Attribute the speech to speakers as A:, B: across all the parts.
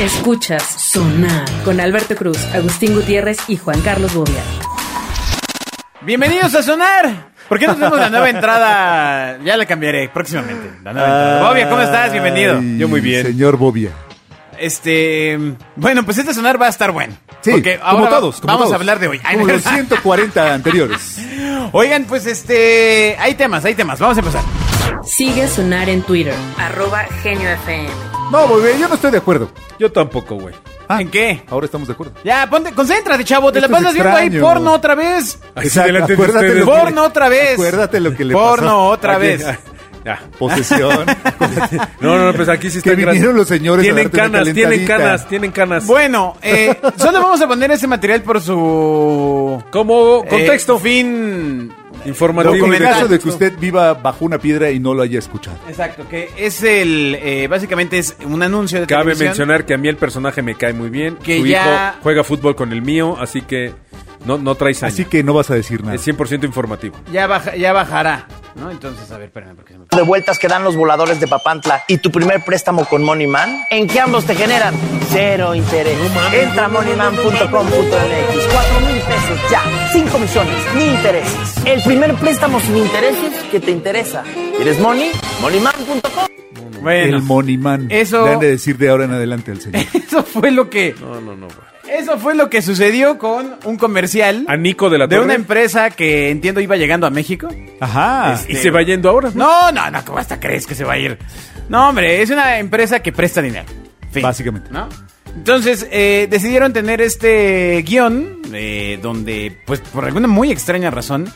A: Escuchas Sonar con Alberto Cruz, Agustín Gutiérrez y Juan Carlos Bobia.
B: Bienvenidos a Sonar. ¿Por qué no tenemos la nueva entrada? Ya la cambiaré próximamente. La nueva entrada. Bobia, ¿cómo estás? Bienvenido.
C: Ay,
D: Yo muy bien.
C: Señor Bobia.
B: Este, bueno, pues este sonar va a estar bueno.
C: Sí,
B: Porque
C: como
B: ahora
C: todos. como
B: vamos
C: todos.
B: a hablar de hoy. Ay,
C: Como
B: no.
C: los 140 anteriores.
B: Oigan, pues este, hay temas, hay temas. Vamos a empezar.
A: Sigue a Sonar en Twitter, arroba Genio FM.
C: No, Bobia, yo no estoy de acuerdo.
D: Yo tampoco, güey.
C: Ah,
B: ¿En qué?
C: Ahora estamos de acuerdo.
B: Ya, ponte, concéntrate, chavo. Te
C: Esto
B: la
C: es
B: pasas viendo ahí
C: extraño.
B: porno otra vez.
D: Así
C: Exacto,
D: delante de
C: acuérdate
D: ustedes.
C: lo que
B: Porno
C: le-
B: otra vez.
C: Acuérdate lo que le
B: Porno
C: pasó.
B: otra
D: Aquí-
B: vez.
D: ah, ya.
C: Posesión. acuérdate
D: No, no, no, pues aquí sí
C: que
D: están grandes.
C: vinieron los señores a
D: Tienen
C: darte una
D: canas, tienen
C: calentadita.
D: canas, tienen canas.
B: Bueno, eh, solo vamos a poner ese material por su
D: como
B: eh,
D: contexto
B: fin
D: informativo.
C: En el caso
B: documental.
C: de que usted viva bajo una piedra y no lo haya escuchado.
B: Exacto, que es el, eh, básicamente es un anuncio de
D: Cabe
B: televisión.
D: mencionar que a mí el personaje me cae muy bien.
B: Que
D: Su
B: ya-
D: hijo juega fútbol con el mío, así que no, no trae saña.
C: Así que no vas a decir nada.
D: Es 100% informativo.
B: Ya, baja- ya bajará, ¿no? Entonces, a ver, espérame, porque se me...
E: de vueltas que dan los voladores de Papantla y tu primer préstamo con Moneyman, en que ambos te generan cero interés. Entra a moneyman.com.mx, 4 mil pesos ya, 5 comisiones, ni intereses. El primer préstamo sin intereses que te interesa. ¿Quieres money? Moneyman.com.
B: Bueno,
C: el Monimán.
B: Eso-
C: Le han de decir de ahora en adelante al señor.
B: eso fue lo que...
D: No, no, no, güey.
B: Eso fue lo que sucedió con un comercial
D: A Nico de la
B: de
D: Torre.
B: una empresa que entiendo iba llegando a México.
C: Ajá.
D: Y este, se va yendo ahora.
B: No,
D: ¿no?
B: no, no, ¿cómo hasta crees que se va a ir? No, hombre, es una empresa que presta dinero. Fin.
C: Básicamente.
B: ¿No? Entonces, eh, decidieron tener este guión, eh, donde, pues, por alguna muy extraña razón.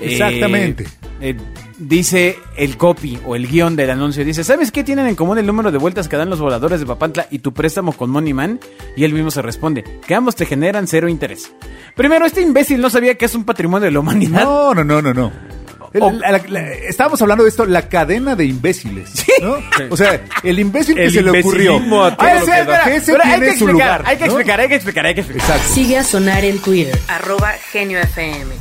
B: eh,
C: Exactamente.
B: eh, dice el copy o el guión del anuncio. Dice, ¿sabes qué tienen en común el número de vueltas que dan los voladores de Papantla y tu préstamo con Moneyman? Y él mismo se responde, que ambos te generan cero interés. Primero, este imbécil no sabía que es un patrimonio de la humanidad.
C: No, no, no, no, no.
B: O-
C: La- la- la- estábamos hablando de esto, la cadena de imbéciles. ¿no? O sea, el imbécil que
D: El
C: se le ocurrió. Ah,
D: imbecilismo a todo
B: Ay,
D: lo
B: sí,
D: que da.
B: espera,
C: Ese
B: espera, hay
C: tiene
B: que
C: su
B: explicar,
C: lugar.
B: hay que
C: ¿no?
B: explicar, hay que explicar, hay que explicar.
C: Exacto.
A: Sigue a Sonar en Twitter, arroba Genio FM.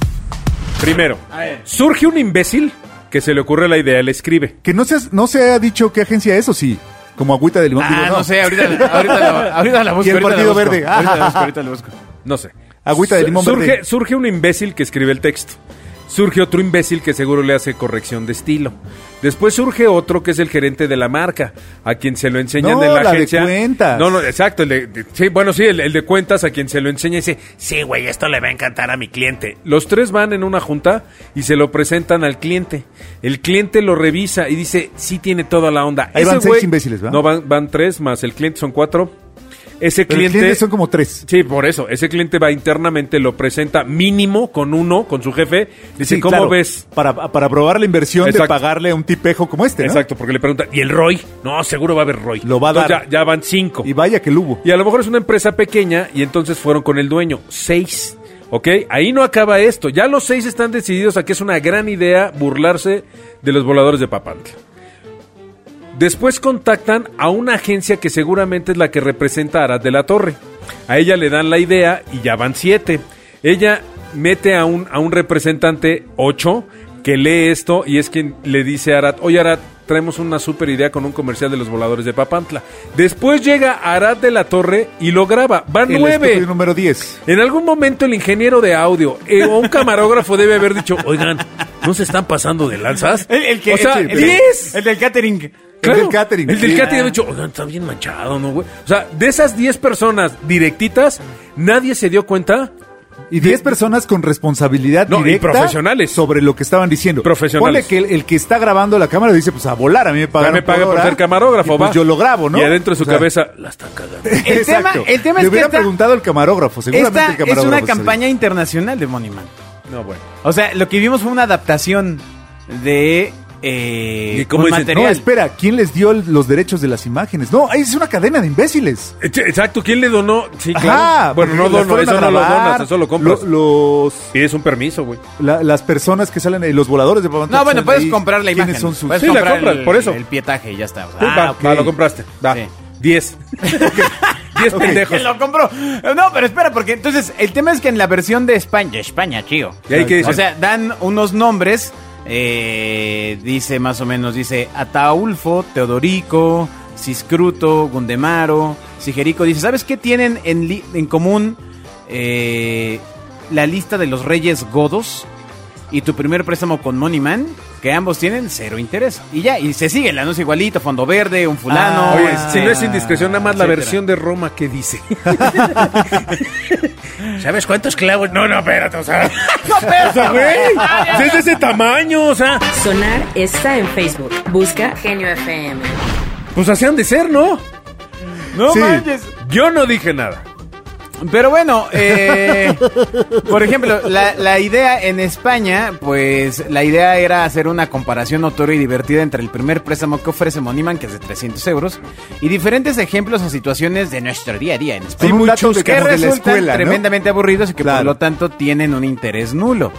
D: Primero,
B: A ver.
D: surge un imbécil que se le ocurre la idea, le escribe.
C: Que no se, no se ha dicho qué agencia es, o sí. Como agüita de limón.
B: Ah,
C: digo,
B: no. sé, ahorita, ahorita, la, ahorita la busco.
C: Y el
B: ahorita la
C: Partido
B: busco,
C: Verde.
B: Ahorita la busco, ahorita la busco.
D: No sé.
C: Agüita de limón
D: surge,
C: verde.
D: surge un imbécil que escribe el texto. Surge otro imbécil que seguro le hace corrección de estilo. Después surge otro que es el gerente de la marca, a quien se lo enseñan
C: No,
D: en la,
C: la de
D: agencia.
C: cuentas.
D: No, no, exacto. el de- de- sí, bueno, sí, el, el de cuentas a quien se lo enseña y dice,
F: Sí, güey, esto le va a encantar a mi cliente.
D: Los tres van en una junta y se lo presentan al cliente. El cliente lo revisa y dice, sí tiene toda la onda.
C: Ahí van
D: Ese
C: seis
D: güey-
C: imbéciles, ¿verdad?
D: No, van, van tres más el cliente, son cuatro. Ese
C: Pero los
D: cliente...
C: clientes son como tres.
D: Sí, por eso. Ese cliente va internamente, lo presenta mínimo con uno, con su jefe. Dice,
C: Sí,
D: ¿cómo
C: claro,
D: ves?
C: Para, para probar la inversión de
D: Exacto.
C: pagarle a un tipejo como este, ¿no?
D: Exacto, porque le pregunta, ¿y el Roy? No, seguro va a haber Roy.
C: Lo va a
D: Entonces
C: dar.
D: Ya, ya van cinco.
C: Y vaya que lo hubo.
D: Y a lo mejor es una empresa pequeña y entonces fueron con el dueño. Seis. ¿Ok? Ahí no acaba esto. Ya los seis están decididos a que es una gran idea burlarse de los voladores de Papantla. Después contactan a una agencia que seguramente es la que representa a Arad de la Torre. A ella le dan la idea y ya van siete. Ella mete a un, a un representante, ocho, que lee esto y es quien le dice a Arad, oye Arad, traemos una super idea con un comercial de los voladores de Papantla. Después llega Arad de la Torre y lo graba. Van
C: El
D: nueve.
C: estúpido número 10.
D: En algún momento el ingeniero de audio eh, o un camarógrafo debe haber dicho, oigan, ¿no se están pasando de lanzas?
B: El, el que,
D: o sea,
B: el, el-
D: diez.
B: el del catering.
C: El del catering.
D: El del
C: Sí.
D: catering. de hecho, oigan, está bien manchado, ¿no, güey? O sea, de esas 10 personas directitas, nadie se dio cuenta.
C: Y 10 personas con responsabilidad
D: No, y
C: directa
D: profesionales.
C: sobre lo que estaban diciendo. Ponle
D: Profesionales.
C: que el, el que está grabando la cámara dice, pues a volar, a mí me
D: Ya
C: pagan.
D: me paga por ser camarógrafo,
C: y, pues,
D: va.
C: yo lo grabo, ¿no?
D: Y adentro de su
C: O sea,
D: cabeza, la están cagando.
B: El tema,
C: exacto.
B: el tema
C: Le
B: es que
C: hubiera
B: esta,
C: preguntado el camarógrafo, seguramente
B: esta
C: el camarógrafo.
B: es una
C: sabía.
B: campaña internacional de Moneyman.
D: No, bueno.
B: O sea, lo que vimos fue una adaptación de eh,
D: ¿Y cómo
B: un
D: dicen?
C: No,
B: material.
C: espera, ¿quién les dio el- los derechos de las imágenes? No, es una cadena de imbéciles.
D: Eh, sí, Exacto, ¿quién le donó? Sí, claro.
C: Ajá,
D: bueno,
C: porque
D: no
C: las
D: dono,
C: fueron a
D: eso no lo
C: grabar,
D: donas, eso lo compras.
C: lo- los,
D: Pides un permiso, güey.
C: la- las personas que salen ahí, los voladores de Papantla
B: no,
C: que
B: bueno,
C: salen
B: puedes
C: ahí,
B: comprar la imagen.
C: ¿Quiénes son sus...
B: Puedes
D: Sí, la
B: comprar
D: compras,
B: el-
D: por eso.
B: El pietaje y ya está. o sea,
D: Va,
B: ah, ok.
D: va, lo compraste. Va.
B: Sí.
D: 10. 10 pendejos.
B: ¿Quién lo compró? No, pero espera, porque entonces el tema es que en la versión de España, de España, tío.
D: ¿Y ahí qué dicen?
B: O sea, dan unos nombres, eh, dice más o menos, dice Ataulfo, Teodorico, Ciscruto, Gundemaro, Sigerico. Dice, ¿sabes qué tienen en, li- en común eh, la lista de los reyes godos? Y tu primer préstamo con Moneyman, que ambos tienen cero interés. Y ya, y se sigue el anuncio igualito, fondo verde, un fulano.
D: Ah, Oye,
B: este,
D: si no es indiscreción, nada más la
B: etcétera.
D: versión de Roma que dice.
F: ¿Sabes cuántos clavos? No, no, espérate, o sea.
B: ¡No, pero!
D: O sea, güey, si es de ese tamaño, o sea,
A: Sonar está en Facebook. Busca Genio FM.
D: pues así han de ser, ¿no?
B: ¡No
C: Sí.
B: manches!
D: Yo no dije nada.
B: Pero bueno, eh, por ejemplo, la, la idea en España, pues la idea era hacer una comparación notoria y divertida entre el primer préstamo que ofrece Moniman, que es de 300 euros, y diferentes ejemplos o situaciones de nuestro día a día en España.
C: Con un
B: Muy
C: dato de
B: chuscos, que
C: como de la
B: resultan
C: escuela, ¿no?
B: tremendamente aburridos y que por
C: Claro.
B: lo tanto tienen un interés nulo.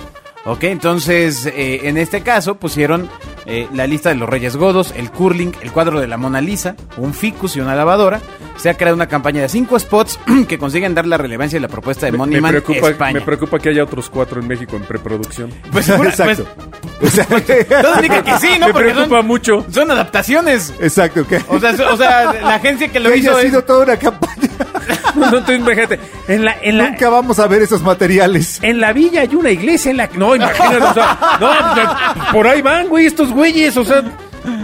B: Ok, entonces eh, en este caso pusieron eh, la lista de los Reyes Godos, el curling, el cuadro de la Mona Lisa, un ficus y una lavadora. Se ha creado una campaña de cinco spots que consiguen dar la relevancia de la propuesta de
D: Me,
B: Money
D: me
B: Man
D: preocupa,
B: España.
D: me preocupa que haya otros cuatro en México en preproducción.
B: Pues, segura-
C: Exacto.
B: pues- todo indica que sí, ¿no?
D: me
B: Porque
D: preocupa
B: son,
D: mucho.
B: son adaptaciones.
C: Exacto, que,
B: O sea, so- o sea, la agencia que lo
C: que
B: hizo
C: haya
B: es-
C: sido toda una campaña.
D: No te imagínate. En la, en la,
C: Nunca vamos a ver esos materiales.
D: en la villa hay una iglesia en la que. No, imagínate, o sea, no, pues, por ahí van, güey, estos güeyes, o sea.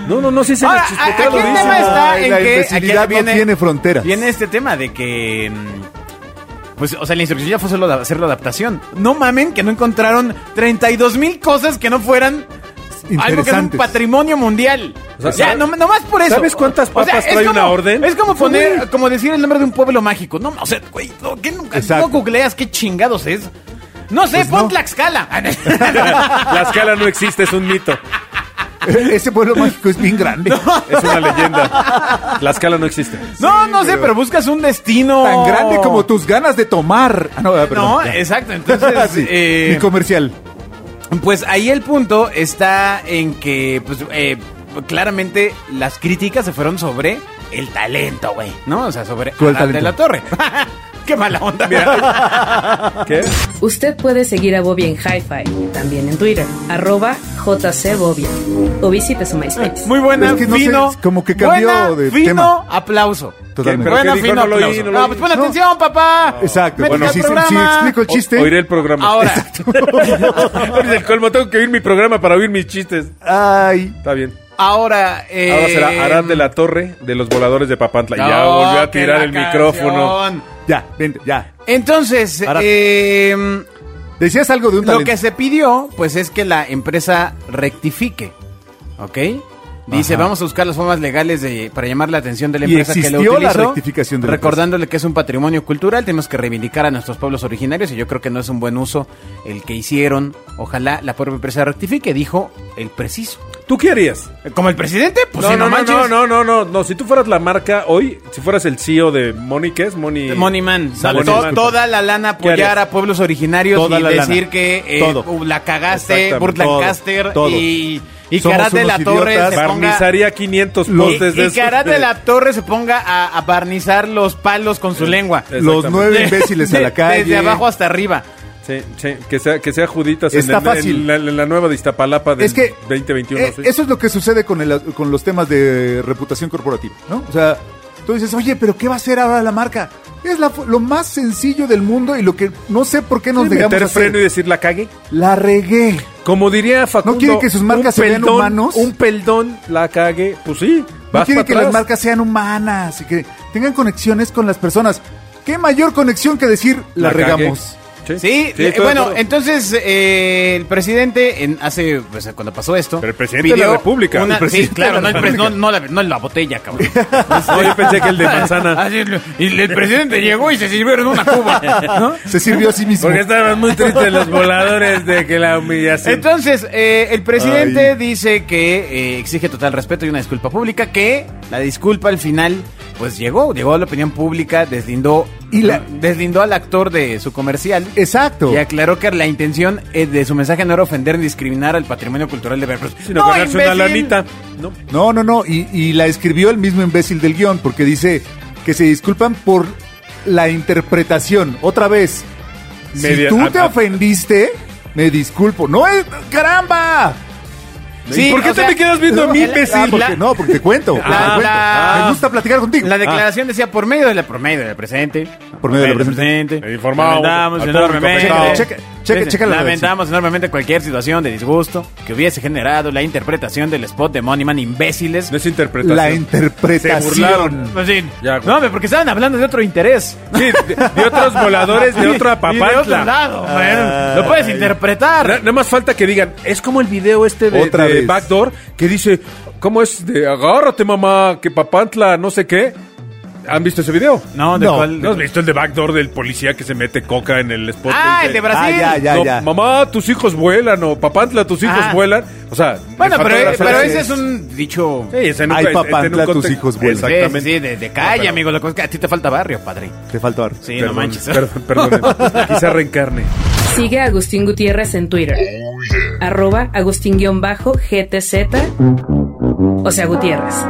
D: No, no, no, sí se
B: Ahora,
D: les
B: a- aquí
D: chispotea
B: el
D: lo de
B: tema
D: eso.
B: está
C: Ay,
B: en
C: la
B: que aquí
C: imbecilidad no tiene fronteras.
B: Viene este tema de que mm, pues o sea, la instrucción ya fue solo da- hacer la adaptación. No mamen que no encontraron 32 mil cosas que no fueran algo que es un
C: Interesantes.
B: patrimonio mundial.
D: O sea,
B: ya,
D: ¿sabes-
B: no, nomás por eso.
D: ¿sabes cuántas
B: O sea,
D: papas
B: es
D: trae
B: como-
D: una orden?
B: Es como
D: Sí,
B: poner,
D: güey.
B: como decir el nombre de un pueblo mágico. No, o sea, güey, no, ¿qué nunca-
C: Exacto.
B: no googleas qué chingados es. No sé,
C: Pues
B: pon
C: no.
B: Tlaxcala.
D: La escala no existe, es un mito.
C: Ese pueblo mágico es bien grande.
D: Es una leyenda. La escala no existe.
B: no, no sé, pero buscas un destino
C: Tan grande como tus ganas de tomar. Ah, no, ah, perdón,
B: No,
C: ya. Ah,
B: exacto. Entonces,
C: Sí,
B: eh,
C: mi comercial.
B: pues ahí el punto está en que, pues, eh, claramente las críticas se fueron sobre el talento, güey. ¿No? O sea, sobre
C: ¿Cuál
B: Adán de
C: talento?
B: la Torre. Qué mala onda, mira.
D: ¿Qué?
A: Usted puede seguir a Bobby en Hi-Fi, también en Twitter, arroba jcbobby, o visite su MySpace.
B: Muy buena,
C: Es que no sé,
B: fino.
C: es como que cambió
B: buena,
C: de
B: fino,
C: tema.
B: aplauso.
C: Totalmente.
D: ¿Pero qué
B: Buena,
D: dijo?
B: fino,
D: No lo oí,
B: aplauso.
D: no lo
B: Ah,
D: oí.
B: pues pon
C: No.
B: atención, papá.
C: Exacto.
B: Métete
C: Bueno,
B: al
C: si, si- si
B: programa.
C: explico el chiste.
D: Oiré el programa.
B: Ahora.
D: Ahora. el colmo, tengo que oír mi programa para oír mis chistes.
C: Ay,
D: Está bien.
B: Ahora, eh,
D: Ahora será Arad de la Torre de los voladores de Papantla. ya
B: no,
D: volvió a
B: que
D: tirar
B: la
D: el micrófono.
B: canción.
C: ya, vente, ya.
B: Entonces,
C: Ahora-
B: eh,
C: Decías algo de un
B: Lo
C: talento.
B: que se pidió, pues es que la empresa rectifique, ¿ok? Dice,
C: Ajá.
B: vamos a buscar las formas legales de, para llamar la atención de la
C: Y
B: empresa que lo
C: existió la
B: utilizó.
C: rectificación de la
B: recordándole que es un patrimonio cultural, tenemos que reivindicar a nuestros pueblos originarios y yo creo que no es un buen uso el que hicieron. Ojalá la propia empresa rectifique, dijo el preciso.
D: ¿Tú qué harías?
B: Como el presidente, pues
D: no,
B: si no,
D: no, no,
B: manches.
D: no, no, no, no, no. Si tú fueras la marca hoy, si fueras el CEO de Money, ¿qué es? Money.
B: Money Man,
D: Money
B: to-
D: Man.
B: toda la lana
D: ¿Qué
B: apoyar
D: harías?
B: a pueblos originarios
C: Toda
B: y
C: la lana.
B: decir que eh,
C: Todo.
B: uh, la cagaste,
D: Exactamente.
B: Burt
C: Todo,
B: Lancaster
C: todo.
B: y, y que
C: Somos
B: Arad de la
C: unos
B: Torre
C: idiotas.
B: se ponga...
D: Barnizaría 500
B: Y,
D: postes de
B: y
D: esos
B: que Arad de la Torre se ponga a, a barnizar los palos con su lengua.
C: Los
D: Exactamente.
C: nueve eh, imbéciles a la
B: De-
C: calle.
B: Desde abajo hasta arriba.
D: Sí, sí, que sea, que sea Juditas en,
C: Está
D: el- en
C: fácil.
D: la, en la nueva de Iztapalapa del
C: es que
D: 2021.
C: eh,
D: sí.
C: eso es lo que sucede con, el- con los temas de reputación corporativa, ¿no? O sea, tú dices, oye, pero ¿qué va a hacer ahora la marca? Es la fo- lo más sencillo del mundo y lo que no sé por qué nos
D: Sí,
C: negamos a
D: meter
C: hacer.
D: freno y decir la cague.
C: La regué.
D: Como diría Facundo.
C: quiere que sus marcas
D: un
C: se vean
D: peldón-
C: humanos?
D: Un peldón la cague. Pues sí,
C: No
D: vas
C: quiere
D: pa'
C: que
D: atrás.
C: las marcas sean humanas y que tengan conexiones con las personas. ¿Qué mayor conexión que decir la,
D: La cagué.
C: regamos?
D: Sí,
B: Sí,
D: sí,
B: eh,
D: estoy de
B: bueno,
D: acuerdo.
B: entonces eh, el presidente, en hace pues, cuando pasó esto.
D: Pero el presidente de la
B: pidió
D: República.
B: una-
D: El
B: sí,
D: presidente
B: claro,
D: de
B: no,
D: la
B: el pres- no, no la, no la botella, cabrón.
D: No, yo pensé que el de manzana.
B: Así es, y el presidente llegó y se sirvieron una cuba. ¿no?
C: Se sirvió a sí mismo.
D: ¿Ah? Porque estaban muy tristes los voladores de que la humillación.
B: Entonces, eh, el presidente
C: Ay.
B: dice que eh, exige total respeto y una disculpa pública, que la disculpa al final, pues llegó, llegó a la opinión pública, deslindó,
C: Y la-
B: deslindó al actor de su comercial.
C: Exacto.
B: Y aclaró que la intención eh, de su mensaje no era ofender ni discriminar al patrimonio cultural de Veracruz.
D: sino ganarse una
B: imbécil!
D: lanita. No.
C: No, no, no. Y, y la escribió el mismo imbécil del guión, porque dice que se disculpan por la interpretación. Otra vez. si
D: Media-
C: tú
D: a-
C: te
D: a-
C: ofendiste, me disculpo. ¡No es! ¡Caramba!
B: Sí,
D: ¿Por qué
B: o
D: te
B: sea,
D: me quedas viendo a mí,
B: el-
C: Ah,
D: imbécil? Ah,
C: porque,
B: la-
C: no, porque te cuento. porque
B: la-
C: te cuento.
B: la-
C: Me gusta platicar contigo. Ah,
B: La declaración decía por medio de la por medio de la presente.
C: Por medio de la
B: presente.
D: Le informamos
B: Lamentamos
D: al
B: enormemente.
D: público afectado.
C: Checa- checa- checa la
B: pues, Lamentamos enormemente cualquier situación de disgusto que hubiese generado la interpretación del spot de Moneyman imbéciles.
D: No es interpretación.
C: La
D: Se burlaron.
C: interpretación.
B: Pues sí.
D: Ya, güey.
B: no, hombre, porque estaban hablando de otro interés. Ah,
D: Sí, de, de otros voladores de otra
B: Y de otro
D: papantla. Ah,
B: lado. bueno, lo puedes interpretar.
D: Na- Nada más falta que digan, es como el video este de,
C: Otra
D: de
C: vez.
D: Backdoor que dice, ¿cómo es? De agárrate, mamá, que papantla, no sé qué. ¿Han visto ese video?
B: No, ¿de
C: No.
B: cuál?
D: ¿No has visto el de Backdoor del policía que se mete coca en el spot?
B: Ah,
D: Que
B: el de
D: dice,
B: Brasil.
C: Ah, ya,
D: no,
C: ya, ya.
D: Mamá, tus hijos vuelan o papantla, tus hijos
B: Ah.
D: vuelan. O sea,
B: Bueno,
D: les falta
B: pero, eh,
D: la
B: pero
D: frase.
B: ese es un dicho. pues,
D: Sí, es en un-
C: Ay,
D: es- es en un
C: papantla, tus
D: contexto-
C: hijos vuelan.
D: Exactamente.
B: Sí, sí, de, de calle,
D: pero-
B: amigo. Lo que es que a ti te falta barrio, padre.
C: Te faltó ahora.
B: Sí, no
D: Perdón,
B: manches.
D: Perdón, perdón. Quizá reencarne.
A: Sigue a Agustín Gutiérrez en Twitter. Arroba Agustín-GTZ. O sea, Gutiérrez.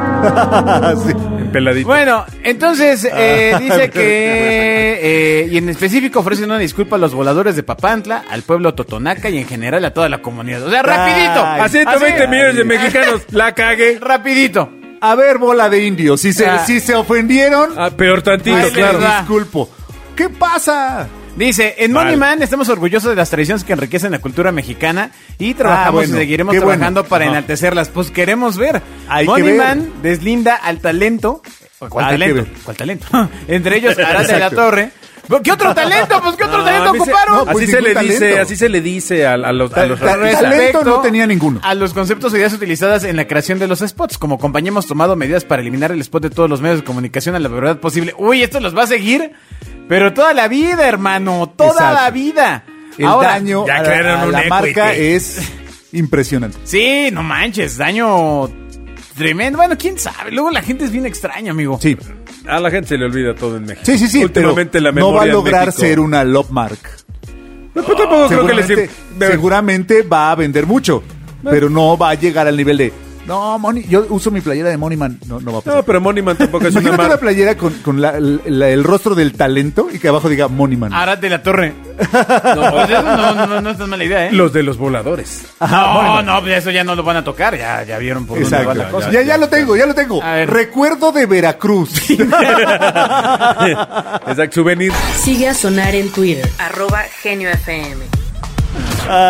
C: Sí.
D: En peladito.
B: Bueno, entonces
C: Ah.
B: eh, dice que, eh, y en específico ofrecen una disculpa a los voladores de Papantla, al pueblo Totonaca y en general a toda la comunidad. O sea, rapidito.
C: Ay,
D: a 120 millones de mexicanos. La cagué.
B: Rapidito.
C: A ver, bola de indios. Si se,
B: Ah.
C: si se ofendieron,
D: Ah, peor tantito,
B: Ahí les
D: claro.
B: va.
C: disculpo. ¿Qué pasa?
B: Dice, en Money
D: Vale.
B: Man estamos orgullosos de las tradiciones que enriquecen la cultura mexicana y trabajamos
C: Ah, bueno,
B: y seguiremos
C: qué bueno.
B: trabajando para
C: Ajá.
B: enaltecerlas. Pues queremos ver.
C: Hay que
B: Money
C: ver.
B: Man deslinda al talento. ¿Cuál
C: Hay que
B: talento?
C: ver.
B: ¿Cuál talento? Entre ellos Arad de la
C: Exacto.
B: Torre. ¿Pero ¿Qué otro talento? Pues qué otro
D: No,
B: talento
D: Ah, a mí se-
B: ocuparon.
C: no,
D: así
C: pues
D: se le
C: ningún
D: dice,
C: talento.
D: así se le dice a, a los, a los
C: Ta-
D: artistas.
C: ta- talento no tenía ninguno.
B: A los conceptos o ideas utilizadas en la creación de los spots. Como compañía hemos tomado medidas para eliminar el spot de todos los medios de comunicación a la verdad posible. Uy, esto los va a seguir, pero toda la vida, hermano. Toda
C: Exacto.
B: la vida.
C: El
B: Ahora,
C: daño
F: ya
C: a,
F: crearon
C: la- a
F: un
C: la
F: equity.
C: marca es impresionante.
B: Sí, no manches, daño tremendo. Bueno, quién sabe. Luego la gente es bien extraña, amigo.
C: Sí,
D: A la gente se le olvida todo en México.
C: sí, sí, sí pero
D: Últimamente la
C: no
D: memoria
C: va a
D: en
C: lograr
D: México-
C: ser una love mark.
D: No, pues tampoco creo que les...
C: seguramente, seguramente va a vender mucho, pero no va a llegar al nivel de no, Money, yo uso mi playera de Money Man. No, no va a pasar.
D: No, pero Moniman tampoco es una
C: Imagínate una
D: marca.
C: playera con, con la- la- el rostro del talento y que abajo diga Money Man.
B: Ahora de la torre. No, pues eso no, no, no es tan mala idea, ¿eh?
D: Los de los voladores.
B: no, no, pues eso ya no lo van a tocar. Ya, ya vieron por dónde va
C: Ah, Exacto.
B: la cosa.
C: ya, ya, lo tengo, ya lo tengo.
B: A ver.
C: Recuerdo de Veracruz.
D: Exacto, souvenir.
A: Sigue a Sonar en Twitter. Arroba GenioFM.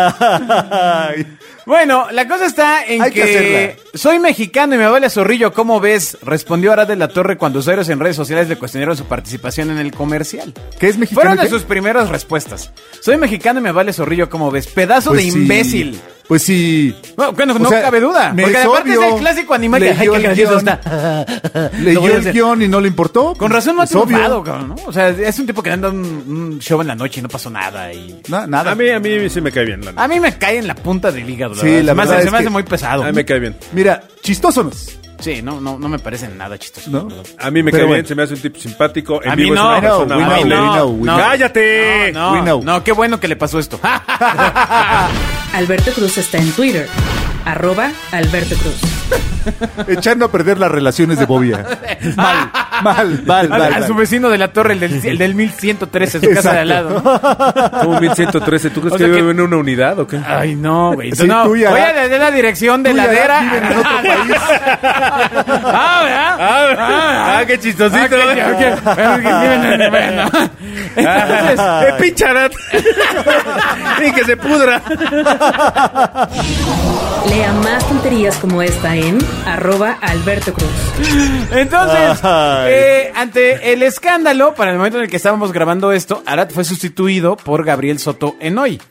C: Ay.
B: Bueno, la cosa está en
C: Hay
B: que,
C: que hacerla.
B: soy mexicano y me vale zorrillo, ¿cómo ves? Respondió Arad de la Torre cuando usuarios en redes sociales le cuestionaron su participación en el comercial.
C: ¿Qué es mexicano
B: Fueron de
C: qué?
B: sus primeras respuestas. Soy mexicano y me vale zorrillo, ¿cómo ves? Pedazo
C: Pues
B: de
C: sí,
B: imbécil.
C: Pues sí.
B: No, bueno, no
C: O sea,
B: cabe duda.
C: me
B: Porque
C: es
B: aparte
C: obvio.
B: es el clásico animal que,
C: Leyó
B: ay, qué
C: el
B: gracioso
C: guión.
B: está. Lo voy
C: Leyó
B: a
C: el
B: hacer.
C: guión y no le importó.
B: Con razón no ha
C: Es obvio.
B: triunfado, cabrón, ¿no? O sea, es un tipo que anda un, un show en la noche y no pasó nada. Y...
C: Na- nada.
D: A mí, a mí sí me cae bien. La neta.
B: A mí me cae en la punta del hígado.
C: Sí,
B: verdad. se me
C: la
B: hace-
C: verdad
B: se
C: es
B: me hace
C: que-
B: muy pesado.
D: A mí me cae bien.
C: Mira, chistoso no es.
B: Sí, no, no, no me parece nada chistoso.
C: ¿No?
B: la verdad.
D: A mí me
C: Pero
D: cae
C: bueno.
D: bien, se me hace un tipo simpático. En
B: A mí
D: vivo es
B: no,
D: una persona
B: a mí
D: amable.
C: we
B: no,
C: know, we
B: no.
C: know.
D: ¡Cállate!
B: No,
C: We
B: no,
C: know.
B: no, qué bueno que le pasó esto.
A: Alberto Cruz está en Twitter. Arroba Alberto Cruz.
C: Echando a perder las relaciones de Bobia. mal, mal, mal,
B: Al-
C: mal.
B: a, su
C: mal.
B: vecino de la torre, el del, el del 1113, su casa de al
C: Exacto.
B: lado.
D: Como 1113. ¿Tú crees
B: O sea
D: que
B: que- Ah.
D: vive en una unidad o qué?
B: Ay, no, güey.
C: Sí,
B: no.
C: tú y
B: Voy
C: Ara-
B: a darle la dirección de
C: Tú y Ara
B: ladera.
C: viven en otro
B: ah, ¿verdad? Ah,
D: qué
B: ok,
D: chistosito.
B: ok. Bueno, es que viven en- bueno. Entonces,
D: ¡Eh, picharat! ¡Y que se pudra!
A: Lea más tonterías como esta en arroba Alberto Cruz.
B: Entonces,
C: Ay.
B: eh, ante el escándalo, para el momento en el que estábamos grabando esto, Arad fue sustituido por Gabriel Soto en hoy.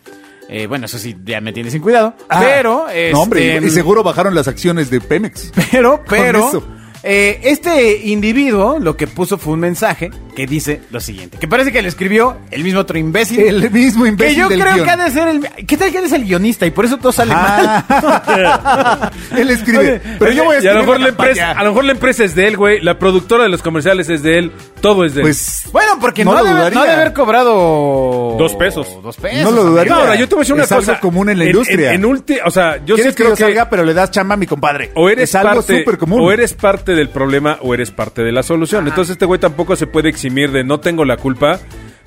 B: Eh, bueno, eso sí, ya me tienes sin cuidado.
C: Ah,
B: pero,
C: No, hombre,
B: este,
C: y seguro bajaron las acciones de Pemex.
B: pero, pero,
C: eso.
B: eh, este individuo lo que puso fue un mensaje que dice lo siguiente, que parece que le escribió el mismo otro imbécil.
C: El mismo
B: que
C: imbécil
B: yo
C: del
B: creo
C: guión.
B: que ha de ser el... ¿Qué tal que eres el guionista y por eso todo sale mal?
C: Ah. Él escribe.
B: Oye,
C: pero yo voy a
D: Y a
C: escribir.
D: lo, mejor
C: una
D: la empresa,
C: campaña.
D: a lo mejor la empresa es de él, güey. La productora de los comerciales es de él. Todo es de él.
C: Pues.
B: Bueno, porque no,
C: No
B: ha
C: lo
B: de haber- no ha de
C: dudaría.
B: haber cobrado...
D: Dos pesos.
B: Dos pesos.
C: No lo dudaría.
D: No, ahora yo te voy a decir una
C: Es algo
D: cosa.
C: común en la industria.
D: En, en ulti- o sea, yo sí
C: ¿Quieres que
D: creo
C: yo
D: que,
C: salga, pero le das chamba a mi compadre?
D: o eres
C: es algo
D: parte,
C: súper común.
D: o eres parte del problema o eres parte de la solución. Entonces este güey tampoco se puede eximir de no tengo la culpa.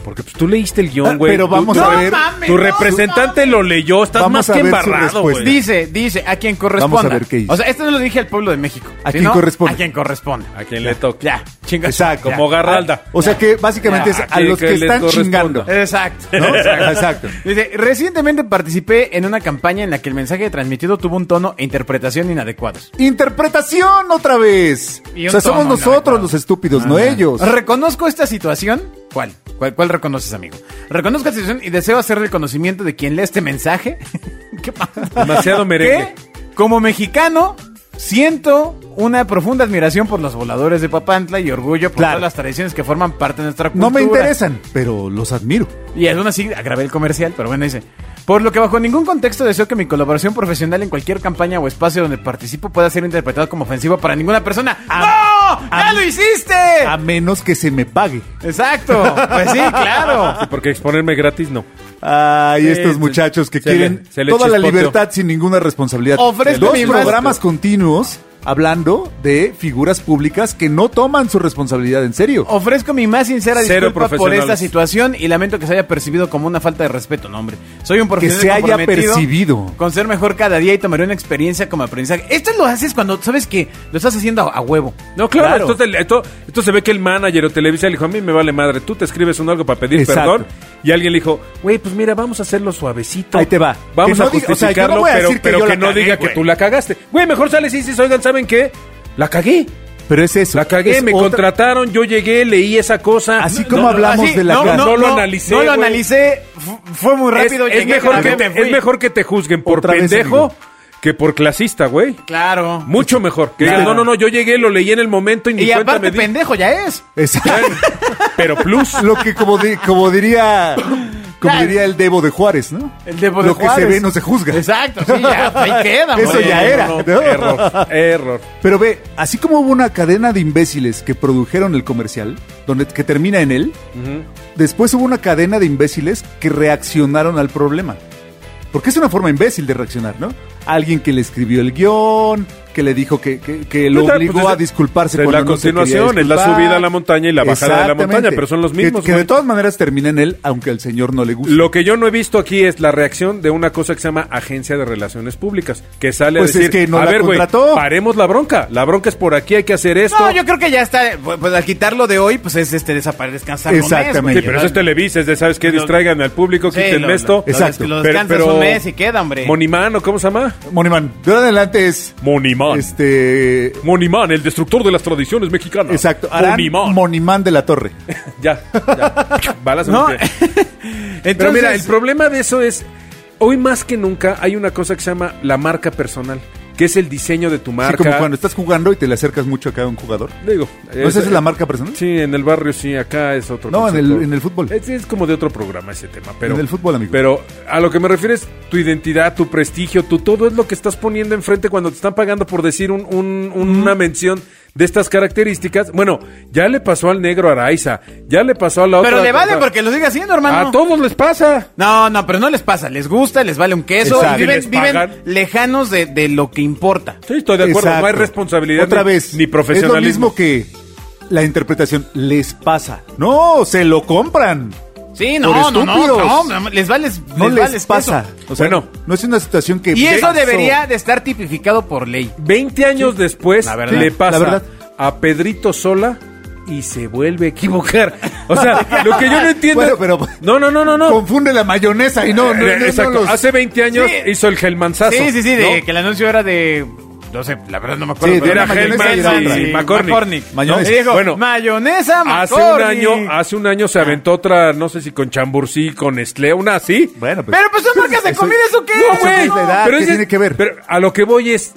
D: Porque pues, tú leíste el guión,
C: Ah,
D: güey.
C: pero
D: Tú-
C: vamos
D: tú-
C: a ver.
D: Tu representante lo leyó, estás
C: Vamos
D: más
C: a
D: que
C: ver su
D: embarrado,
C: respuesta.
D: güey.
B: Dice, dice, a quien corresponda.
C: Vamos a ver qué dice.
B: O sea, esto no lo dije al pueblo de México.
C: ¿A
B: sino
C: quién corresponde?
B: A quien corresponda.
D: A quien le toque.
B: Ya, chingas.
C: Exacto. Ah,
D: Como Garralda.
C: O sea que básicamente es
D: Ya,
C: a los
D: que-
C: que,
D: que les
C: están
D: corresponda.
C: chingando.
B: Exacto.
C: ¿No?
B: Exacto.
C: Exacto.
B: Dice, recientemente participé en una campaña en la que el mensaje transmitido tuvo un tono e interpretación inadecuados.
C: Interpretación otra vez.
B: Y un
C: O sea, somos
B: tono,
C: nosotros
B: no,
C: los estúpidos,
D: Ah.
C: no ellos.
B: Reconozco esta situación. ¿Cuál? ¿Cuál, cuál reconoces, amigo? Reconozco esta situación y deseo hacer el conocimiento de quien lee este mensaje. ¿Qué pasa?
D: Demasiado merengue.
B: Que, como mexicano, siento una profunda admiración por los voladores de Papantla y orgullo por
C: Claro.
B: todas las tradiciones que forman parte de nuestra cultura.
C: No me interesan, pero los admiro.
B: Y aún así grabé el comercial, pero bueno, dice. Por lo que bajo ningún contexto deseo que mi colaboración profesional en cualquier campaña o espacio donde participo pueda ser interpretada como ofensiva para ninguna persona.
D: Ah,
B: ¡No! ¡Ya
C: am-
B: lo hiciste!
C: A menos que se me pague.
B: Exacto. Pues sí, claro.
D: Porque exponerme gratis, no.
C: Ay,
D: Sí,
C: estos
D: se-
C: muchachos que
D: se le-
C: quieren
D: se le
C: toda la
D: chispoteó.
C: libertad sin ninguna responsabilidad.
B: Ofrezco
C: Dos
B: mi brazo.
C: programas continuos hablando de figuras públicas que no toman su responsabilidad en serio.
B: Ofrezco mi más sincera
D: Cero
B: disculpa por
D: profesionales.
B: esta situación y lamento que se haya percibido como una falta de respeto, no hombre. Soy un profesional
C: se haya
B: comprometido
C: percibido.
B: con ser mejor cada día y tomaré una experiencia como aprendizaje. Esto lo haces cuando sabes que lo estás haciendo a, a huevo.
D: No, claro, Esto, te- esto, esto se ve que el manager o televisa le dijo, a mí me vale madre, tú te escribes un algo para pedir
C: Exacto.
D: perdón. Y alguien le dijo, güey, pues mira, vamos a hacerlo suavecito.
C: Ahí te va.
D: Vamos
C: Que
D: a
C: no diga- o sea, yo
D: justificarlo,
C: no voy a
D: pero,
C: decir que
D: pero
C: yo
D: que,
C: la
D: no
C: cagué,
D: diga que
C: güey.
D: tú la cagaste. Güey, mejor sale y dices, oigan, ¿saben qué? La cagué.
C: Pero es eso.
D: La cagué,
C: Es
D: me
C: otra-
D: contrataron, yo llegué, leí esa cosa.
C: Así como hablamos de la
B: no,
C: clase.
B: no,
D: No lo
B: no,
D: analicé,
B: No lo
D: güey.
B: analicé. fu- Fue muy
D: Es,
B: rápido.
D: es
B: llegué,
D: mejor que,
B: grabé, me
D: te,
B: fui.
D: es mejor que te juzguen por
C: Otra vez,
D: pendejo
C: amigo.
D: que por clasista, güey.
B: Claro.
D: Mucho mejor. Que
C: Claro.
D: digas, no, no, no, yo llegué, lo leí en el momento y ni
B: y
D: cuenta
B: aparte,
D: me di".
B: pendejo ya es.
C: Exacto.
D: Pero plus.
C: Lo que como, di- como diría como
B: Claro.
C: diría el Debo de Juárez, ¿no?
B: El Debo de
C: Lo que
B: Juárez.
C: se ve no se juzga.
B: Exacto, sí, ya, ahí queda,
C: Eso
B: güey.
C: ya
B: No,
C: era.
D: No,
C: ¿no?
D: Error, error.
C: Pero ve, así como hubo una cadena de imbéciles que produjeron el comercial, donde que termina en él, después hubo una cadena de imbéciles que reaccionaron al problema. Porque es una forma imbécil de reaccionar, ¿no? Alguien que le escribió el guión, que le dijo que, que- que lo
D: Pues, pues,
C: obligó
D: es-
C: a disculparse
D: es
C: cuando
D: la
C: no se quería
D: continuación, es la
C: disculpar.
D: subida a la montaña y la bajada de la montaña,
C: Exactamente.
D: pero son los
C: Que-
D: mismos,
C: Que,
D: güey.
C: de todas maneras termina en él, aunque al señor no le guste.
D: Lo que yo no he visto aquí es la reacción de una cosa que se llama agencia de relaciones públicas, que sale
C: Pues es
D: a decir,
C: que no
D: a
C: la
D: ver, güey,
C: contrató".
D: paremos la bronca, la bronca es por aquí, hay que hacer esto.
B: No, yo creo que ya está. Pues pues, al quitarlo de hoy, pues es este desaparecer, descansar. un mes, güey.
C: Exactamente.
D: Sí, pero eso es Televisa, es de, ¿sabes qué?
B: Lo-
D: Distraigan al público,
B: Sí,
D: quiten
B: lo- lo-
D: esto.
B: lo
C: des- Exacto.
B: lo descansas un mes y queda, hombre.
D: Monimán, ¿o cómo se llama?
C: Moneyman, de ahora en adelante es.
D: Monimán.
C: Este.
D: Monimán, el destructor de las tradiciones mexicanas.
C: Exacto. harán
D: Monimán.
C: Moneyman de la Torre.
D: ya, ya. Balas
B: No.
D: hombre.
B: Entonces,
D: Pero mira, el problema de eso es, hoy más que nunca hay una cosa que se llama la marca personal, que es el diseño de tu
C: Así
D: marca.
C: como cuando estás jugando y te le acercas mucho acá a un jugador.
D: Digo,
C: ¿No esa es la marca personal?
D: Sí, en el barrio sí, acá es otro.
C: No, en
D: concepto.
C: el- en el fútbol.
D: Es, es como de otro programa ese tema, pero...
C: En el fútbol, amigo.
D: Pero a lo que me refieres, tu identidad, tu prestigio, tu todo es lo que estás poniendo enfrente cuando te están pagando por decir un- un- un- una mención de estas características. Bueno, ya le pasó al negro Araiza, ya le pasó a la otra...
B: Pero le vale porque lo sigue haciendo, hermano.
D: A todos les pasa.
B: No, no, pero no les pasa. Les gusta, les vale un queso.
C: Exacto.
B: y viven,
D: Y les pagan.
B: viven lejanos de, de lo que importa.
D: Sí, estoy de acuerdo,
C: Exacto.
D: no hay responsabilidad
C: Otra
D: ni,
C: vez.
D: ni profesionalismo.
C: Es lo mismo que la interpretación les pasa. No, se lo compran.
B: Sí,
C: Por
B: no, no, no,
C: estúpidos.
B: no, Les vale,
C: No les,
B: vale
C: pasa.
B: queso.
C: O sea,
D: Bueno.
C: no es una situación que.
D: Pues,
B: Y eso
C: pasó.
B: debería de estar tipificado por ley.
D: 20 años después
B: La verdad.
D: le
C: Sí,
D: pasa
C: la verdad.
D: a Pedrito Sola y se vuelve a equivocar. O sea, lo que yo no entiendo
C: Bueno,
D: es-
C: pero-
D: No, no, no, no, no.
C: Confunde la mayonesa y no, no, no,
D: Eh,
C: no
D: Exacto.
C: los-
D: Hace 20 años
B: Sí.
D: hizo el gelmanzazo.
B: Sí, sí, sí, de
D: ¿no?
B: que el anuncio era de. No sé, la verdad no me acuerdo.
C: Sí,
B: pero
D: era
B: una mayonesa
D: Hellmann's
B: era
D: y
B: otra.
D: McCormick.
C: Mayonesa.
B: Y dijo,
D: Bueno,
B: mayonesa,
D: Hace un
B: McCormick.
D: año, hace un año se aventó otra, no sé si con chambursí, con Nestlé, una así.
C: Bueno, pues.
B: Pero pues son marcas de
C: Eso-
B: comida, ¿eso qué?
D: No,
C: Eso
D: güey.
C: es la edad, ¿qué
D: ese-
C: tiene que ver?
D: Pero a lo que voy es,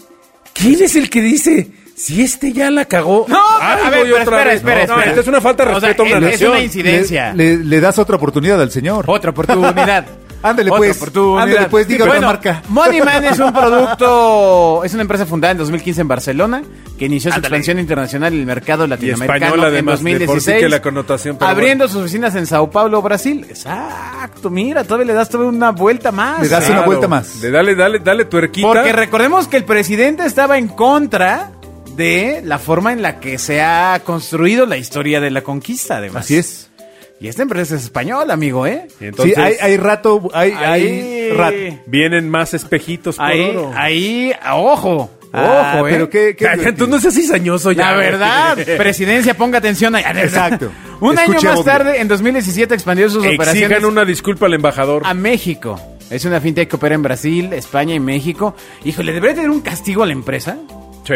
D: ¿quién es el que dice si este ya la cagó?
B: No,
D: ay,
B: a ver,
D: voy
B: pero
D: otra
B: espera,
D: vez"?
B: espera,
D: No,
B: espera.
D: esta es una falta de
B: O sea,
D: respeto a una
B: es- es una
D: nación.
B: incidencia.
C: Le, le- le das otra oportunidad al señor.
B: Otra oportunidad.
C: Ándale,
B: Otra
C: pues.
B: oportunidad.
C: Ándale, pues, diga
B: Bueno,
C: otra marca.
B: Moneyman es un producto, es una empresa fundada en 2015 en Barcelona, que inició su expansión internacional en el mercado latinoamericano
D: española,
B: en
D: además, de por sí
B: 2016.
D: que la connotación, pero
B: abriendo sus oficinas en Sao Paulo, Brasil. Exacto, mira, todavía le das todavía una vuelta más.
C: Le das
B: Claro.
C: una vuelta más.
D: De dale, dale, dale tuerquita.
B: Porque recordemos que el presidente estaba en contra de la forma en la que se ha construido la historia de la conquista, además.
C: Así es.
B: Y esta empresa es española, amigo, ¿eh?
D: Y entonces
C: sí, hay, hay rato, hay,
B: Ahí.
C: hay rato.
D: vienen más espejitos por
B: Ahí,
D: oro.
B: ahí, ojo. Ojo,
C: Ah,
B: ¿eh?
C: pero qué- qué-
D: Calla, entonces no seas cizañoso ya.
B: La verdad, presidencia, ponga atención ahí.
C: Exacto.
B: Un año
C: Escuche a
B: más
C: Bobby.
B: tarde, en 2017, expandió sus operaciones
D: Exijan una disculpa al embajador.
B: a México. Es una fintech que opera en Brasil, España y México. Híjole, ¿debería tener un castigo a la empresa?
D: Sí.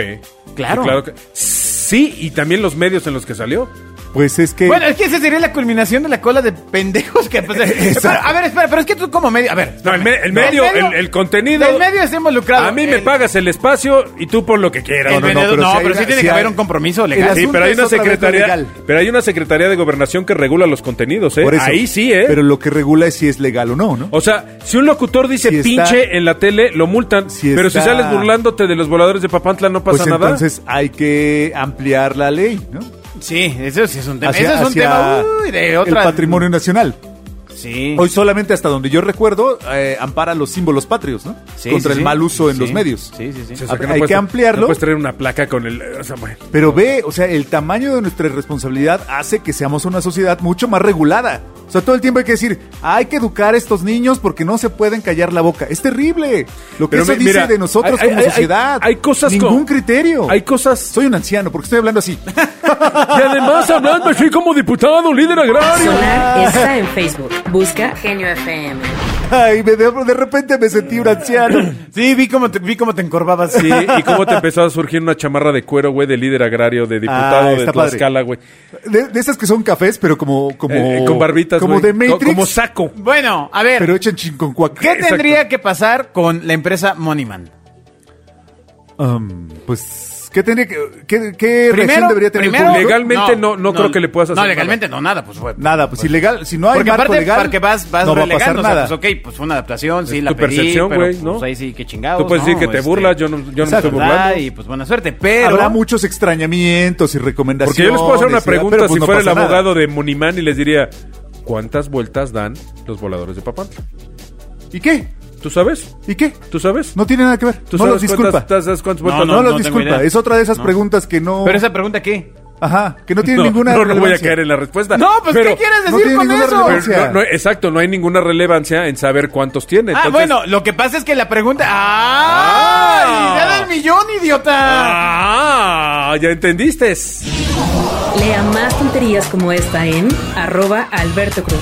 B: Claro.
D: Sí, que- sí, y también los medios en los que salió.
C: Pues es que.
B: Bueno, es que esa sería la culminación de la cola de pendejos que... pues, pero, a ver, espera, pero es que tú como medio... A ver.
D: No, el, me- el
B: No,
D: medio,
B: el medio-
D: el, el contenido.
B: El medio está involucrado.
D: a mí me
B: El-
D: pagas el espacio y tú por lo que quieras.
B: el
C: no, no,
B: vendedor-
C: pero
B: no,
C: si hay
B: pero sí
C: una-
B: tiene
C: si
B: que
C: hay-
B: haber un compromiso
C: el
B: legal.
C: asunto
D: Sí, pero hay
C: es
D: una
C: otra vez lo
D: secretaría,
C: legal.
D: pero hay una secretaría de gobernación que regula los contenidos, ¿eh?
C: Por eso.
D: Ahí sí, ¿eh?
C: Pero lo que regula es si es legal o no, ¿no?
D: O sea, si un locutor dice
C: Si está-
D: pinche en la tele, lo multan.
C: Si
D: pero si
C: está-
D: sales burlándote de los voladores de Papantla, no pasa
C: pues
D: nada.
C: entonces hay que ampliar la ley, ¿no?
B: Sí, eso sí es un tema.
C: Hacia-
B: eso es un
C: hacia
B: tema uy, de otra.
C: El patrimonio nacional.
B: Sí.
C: Hoy solamente hasta donde yo recuerdo eh, ampara los símbolos patrios, ¿no?
B: Sí,
C: Contra
B: sí,
C: el
B: sí.
C: mal uso en
B: Sí,
C: los medios.
B: Sí, sí, sí.
D: O sea,
C: hay que ampliarlo.
D: No puedes traer una placa con el. o sea, bueno.
C: Pero ve, o sea, el tamaño de nuestra responsabilidad hace que seamos una sociedad mucho más regulada. O sea, todo el tiempo hay que decir, hay que educar a estos niños porque no se pueden callar la boca. Es terrible. Lo que
D: Pero
C: eso
D: mi-
C: dice
D: mira,
C: de nosotros
D: hay-
C: como
D: hay- hay-
C: sociedad.
D: hay cosas
C: Ningún
D: como-
C: criterio.
D: Hay cosas.
C: Soy un anciano porque estoy hablando así.
D: Y además hablando así como diputado, líder agrario.
A: Sonar está en Facebook. Busca Genio FM.
C: Ay, me de, de repente me sentí un anciano.
B: Sí, vi cómo te, vi cómo te encorvabas.
D: Sí, y cómo te empezó a surgir una chamarra de cuero, güey, de líder agrario, de
C: Ah,
D: diputado de
C: está padre.
D: Tlaxcala, güey.
C: De, de esas que son cafés, pero como... como
D: Eh, eh, con barbitas,
C: Como
D: güey.
C: de Matrix,
D: Co- Como saco.
B: Bueno, a ver.
C: pero echan chinconcuac.
B: ¿Qué tendría que pasar con la empresa Moneyman?
C: Um, pues, ¿qué tendría que... ¿Qué, qué reacción debería tener el
B: primero-
C: público?
D: Legalmente no- no creo que le puedas hacer
B: No, legalmente no, nada, pues fue.
C: Nada, pues ilegal, si no hay
B: Porque
C: marco
B: aparte,
C: legal,
B: porque vas, vas
C: no va a pasar
B: relegando, o sea,
C: nada.
B: pues ok, pues fue una adaptación, sí, la
D: tu
B: pedí,
D: percepción,
B: pero,
D: güey,
B: pues,
D: ¿no?
B: ahí sí, que chingados,
D: Tú puedes
B: ¿no?
D: decir que te
B: Este,
D: burlas, yo no, yo no me
C: exacto.
D: estoy
B: ¿verdad?
D: burlando.
B: Y pues buena suerte, pero...
C: Habrá muchos extrañamientos y recomendaciones.
D: Porque yo les puedo hacer una
C: ¿verdad?
D: pregunta
C: Pero, pues,
D: si
C: no
D: fuera el
C: pasa nada.
D: abogado de Monimán y les diría, ¿cuántas vueltas dan los voladores de Papantla?
C: ¿Y qué?
D: ¿Tú sabes?
C: ¿Y qué?
D: ¿Tú sabes?
C: No tiene nada que ver.
D: ¿Tú
C: no los
D: sabes cuántas-
C: disculpa.
D: tas- tas- cuántas
C: No,
D: vueltas
B: No, no
D: dan?
C: los
B: tengo
C: disculpa. eh,
B: idea.
C: Es otra de esas
B: No.
C: preguntas que no...
B: Pero esa pregunta, ¿qué?
C: Ajá, que no tienen
D: No,
C: ninguna
D: no, no voy a
C: relevancia.
D: caer en la respuesta.
B: No, pues,
D: Pero-
B: ¿qué quieres
C: no
B: decir
C: tiene
B: con
C: ninguna
B: eso?
C: relevancia.
D: pero no- no, exacto, no hay ninguna relevancia en saber cuántos tiene.
B: Ah,
D: Entonces,
B: bueno, lo que pasa es que la pregunta. ¡Ah!
D: Ah.
B: ¡Idea del millón, idiota!
D: Ah, ya entendiste.
A: Lea más tonterías como esta en arroba Alberto Cruz.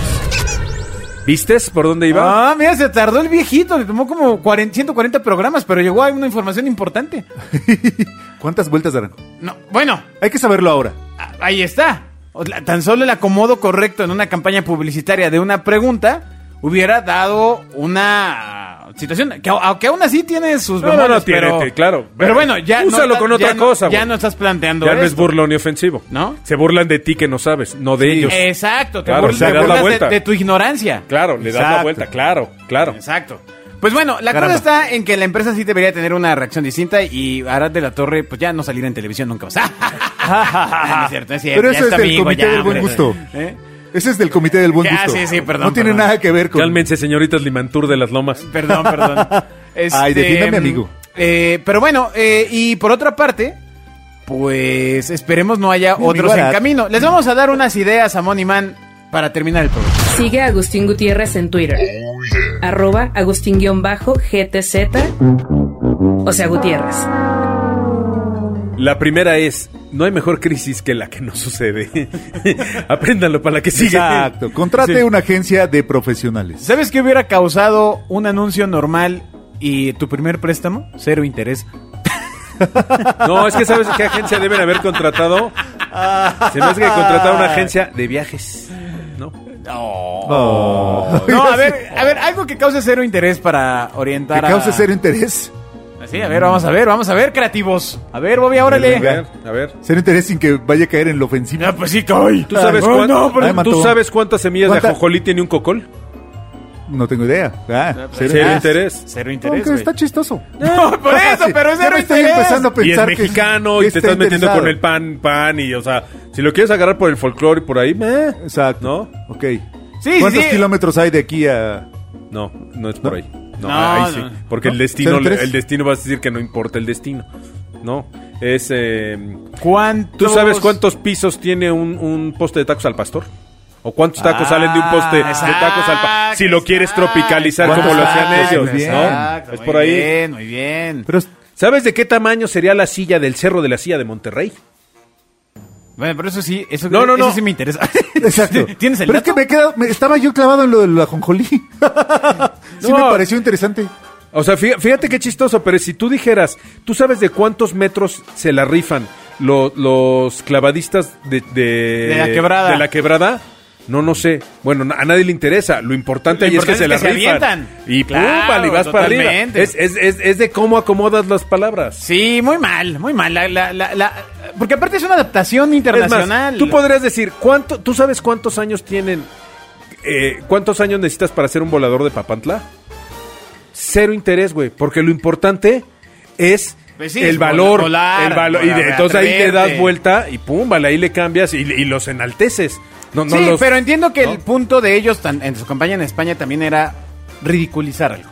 D: ¿Vistes por dónde iba?
B: Ah, mira, se tardó el viejito, le tomó como 40, 140 programas, pero llegó a una información importante.
C: ¿Cuántas vueltas darán?
B: No, bueno,
C: Hay que saberlo ahora.
B: a- ahí está. O la- Tan solo el acomodo correcto en una campaña publicitaria de una pregunta hubiera dado una situación que au- aunque aún así tiene sus
D: No, no, no,
B: bemoles,
D: tiene,
B: pero-
D: tiene, claro.
B: Pero bueno, ya no
D: Úsalo
B: está-
D: con otra
B: ya no-
D: cosa,
B: Ya
D: güey.
B: no estás planteando
D: Ya no es
B: esto.
D: burlón ni ofensivo.
B: ¿No?
D: Se burlan de ti que no sabes, no de ellos.
C: Eh,
B: Exacto, te
D: Claro,
B: burlas-
D: le
B: te
D: das la
B: burlas de-
D: vuelta.
B: de tu ignorancia.
D: Claro, le das la
C: Exacto.
D: vuelta, claro, claro.
B: Exacto. Pues bueno, la cosa
C: Caramba.
B: está en que la empresa sí debería tener una reacción distinta y Arad de la Torre, pues ya no salir en televisión nunca más. Ah, no es cierto, es cierto,
C: Pero
B: ya
C: eso es
B: está
C: del
B: amigo,
C: Comité
B: ya,
C: del Buen
B: hombre.
C: Gusto.
B: ¿Eh?
C: Ese es del Comité del Buen
B: Ya,
C: Gusto.
B: sí, sí, perdón,
C: No tiene
B: perdón.
C: nada que ver con...
D: Cálmense, señoritas Limantur de las Lomas.
B: Perdón, perdón.
C: Ay, defiéndame,
B: mm,
C: amigo.
B: eh, pero bueno, eh, y por otra parte, pues esperemos no haya
C: amigo
B: otros en
C: Arad.
B: camino. Les vamos a dar unas ideas a Money Man para terminar el programa.
A: Sigue a Agustín Gutiérrez en Twitter. Arroba Agustín-GTZ. O sea, Gutiérrez.
D: La primera es, no hay mejor crisis que la que no sucede. Apréndanlo para la que sigue.
C: Exacto. Contrate
D: Sí.
C: una agencia de profesionales.
B: ¿Sabes qué hubiera causado un anuncio normal y tu primer préstamo? Cero interés.
D: No, es que sabes qué agencia deben haber contratado. Se me hace que contrataron
B: Ah.
D: una agencia de viajes. ¿No?
C: Oh.
B: No, a ver, a ver, algo que cause cero interés para orientar
C: Que cause
B: a...
C: cero interés.
B: Sí, a ver, vamos a ver, vamos a ver, creativos. A ver, Bobby,
D: A
B: órale.
D: ver, a ver.
C: Cero interés sin que vaya a caer en lo ofensivo.
B: No, pues sí, coy.
D: ¿Tú sabes,
C: Ah,
B: Ay,
D: cuán-
B: no, pero-
C: Ay, mató.
D: ¿Tú sabes cuántas semillas
C: ¿Cuánta-
D: de ajonjolí tiene un cocol?
C: No tengo idea. Ah,
D: Cero,
B: Ah,
D: interés.
B: Cero interés,
C: Aunque
B: güey.
C: está chistoso.
B: No, por eso,
C: Sí,
B: pero
C: ya
B: cero
C: me estoy
B: interés.
C: empezando a
D: Y es
C: pensar que- que
D: mexicano y te
C: está
D: estás metiendo
C: interesado.
D: con el pan, pan y, o sea, si lo quieres agarrar por el folclore y por ahí, meh.
C: Exacto.
D: ¿No?
C: Ok.
B: Eh. Sí,
C: ¿Cuántos
B: sí.
C: kilómetros hay de aquí a...?
D: No, no es por ahí. No,
B: No,
D: ahí sí.
B: no.
D: Porque el
C: ¿No?
D: destino,
C: ¿Cero tres?
D: el destino vas a decir que no importa el destino. No, es... eh,
B: ¿Cuántos?
D: ¿Tú sabes cuántos pisos tiene un, un poste de tacos al pastor? o cuántos tacos
B: Ah,
D: salen de un poste de
B: exacto,
D: tacos al pa- Si lo quieres
B: exacto.
D: tropicalizar
C: ¿Cuántos
D: como lo hacían
C: tacos?
D: ellos,
C: Muy bien.
D: ¿no?
B: Exacto,
D: es
B: muy
D: por ahí.
B: bien, muy bien.
C: Pero es-
D: ¿Sabes de qué tamaño sería la silla del Cerro de la Silla de Monterrey?
B: Bueno, pero eso sí, eso,
D: No, no,
B: eso
D: no.
B: sí me interesa.
C: exacto.
B: ¿Tienes el
C: Pero
B: dato?
C: es que me queda, me- estaba yo clavado en lo de la jonjolí. sí me
D: No.
C: pareció interesante.
D: O sea, fí- fíjate qué chistoso, pero si tú dijeras, ¿tú sabes de cuántos metros se la rifan lo- los clavadistas de, de,
B: De la quebrada.
D: de la quebrada? No, no sé. Bueno, na- a nadie le interesa. Lo importante
B: Lo
D: ahí es que se
B: importante
D: la
B: es que se
D: rifan.
B: avientan.
D: Y pum,
B: Claro,
D: vale, y vas para arriba.
B: totalmente.
D: Es, es- es- es de cómo acomodas las palabras.
B: Sí, muy mal, muy mal. La- la- la- la- porque aparte es una adaptación
D: Es más,
B: internacional.
D: tú podrías decir, ¿cuánto, ¿tú sabes cuántos años tienen? eh, ¿Cuántos años necesitas para ser un volador de Papantla? Cero interés, güey, porque lo importante es
B: Pues sí,
D: el
B: es
D: valor.
B: volar,
D: el valor y de-
B: volar,
D: entonces ahí le das
B: atreverte.
D: vuelta y pum, vale, ahí le cambias y, y los enalteces. No, no
B: sí,
D: los-
B: pero entiendo que
D: ¿no?
B: el punto de ellos, tan- en su campaña en España, también era ridiculizar algo.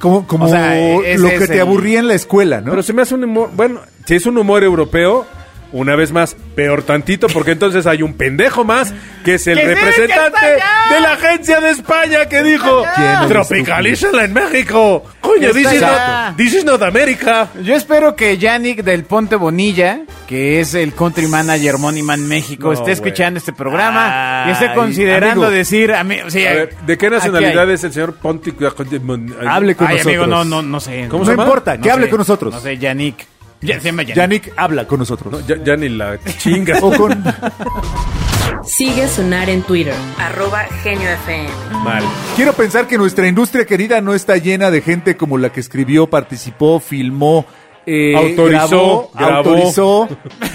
C: Como, como
B: O sea, ese
C: lo que
B: es
C: te
B: el-
C: aburría en la escuela, ¿no?
D: Pero se me hace un humor. Bueno, si es un humor europeo, una vez más, peor tantito, porque entonces hay un pendejo más que es el
B: ¡Que sí, que está
D: representante
B: allá!
D: de la agencia de España que dijo:
C: allá! ¿Quién eres tú?
D: Tropicalízala en México. Coño,
B: Está
D: this is,
B: allá.
D: not, this is not America.
B: Yo espero que Yannick del Ponte Bonilla, que es el country manager Moneyman México,
D: No,
B: esté escuchando
D: güey.
B: este programa y esté
D: Ay,
B: considerando
D: amigo.
B: decir... A mí, sí,
D: A ver, ¿de qué
B: aquí
D: nacionalidad
B: hay.
D: es el señor Ponti?
C: Hable con
B: Ay, amigo,
C: nosotros.
B: no, no, no sé. No
D: ¿Cómo se
B: sé,
D: llama?
C: importa, que
B: no
C: hable
B: sé.
C: con nosotros.
B: No sé, Yannick. Ya, se llama Yannick.
C: Yannick habla con nosotros.
D: No, ya, ya ni la chingas.
C: O con...
A: Sigue a Sonar en Twitter, arroba Genio FM.
D: Mal.
C: Quiero pensar que nuestra industria querida no está llena de gente como la que escribió, participó, filmó, eh,
D: Autorizó,
C: grabó,
D: grabó.
C: autorizó,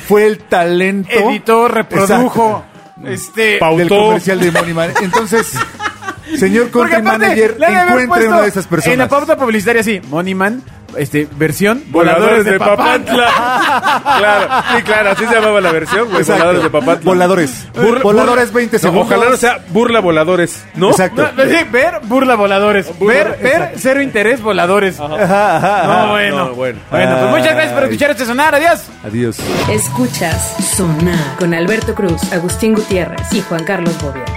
C: fue el talento,
B: Editó, reprodujo.
C: Exacto.
B: Este...
D: Pau-
C: del
D: Pautó.
C: comercial de Money Man. Entonces, señor country manager,
B: le han de haber
C: encuentre
B: puesto
C: una de esas personas.
B: En la pauta publicitaria, sí. Moneyman, este, versión
D: Voladores de Papantla. claro, sí, claro, así se llamaba la versión, güey.
C: Exacto.
D: Voladores de Papantla.
C: Voladores.
D: Burla-
C: Voladores
D: burla-
C: 20
D: No,
C: segundos.
D: ojalá no sea burla voladores, ¿no?
C: Exacto.
B: No, sí, ver, burla voladores. ver, ver, cero interés, voladores.
C: Ajá, ajá, ajá.
B: No, bueno.
D: no, bueno.
B: bueno. pues muchas gracias por
C: Ay.
B: escuchar este sonar. Adiós.
C: Adiós.
A: Escuchas Sonar con Alberto Cruz, Agustín Gutiérrez y Juan Carlos Bobia.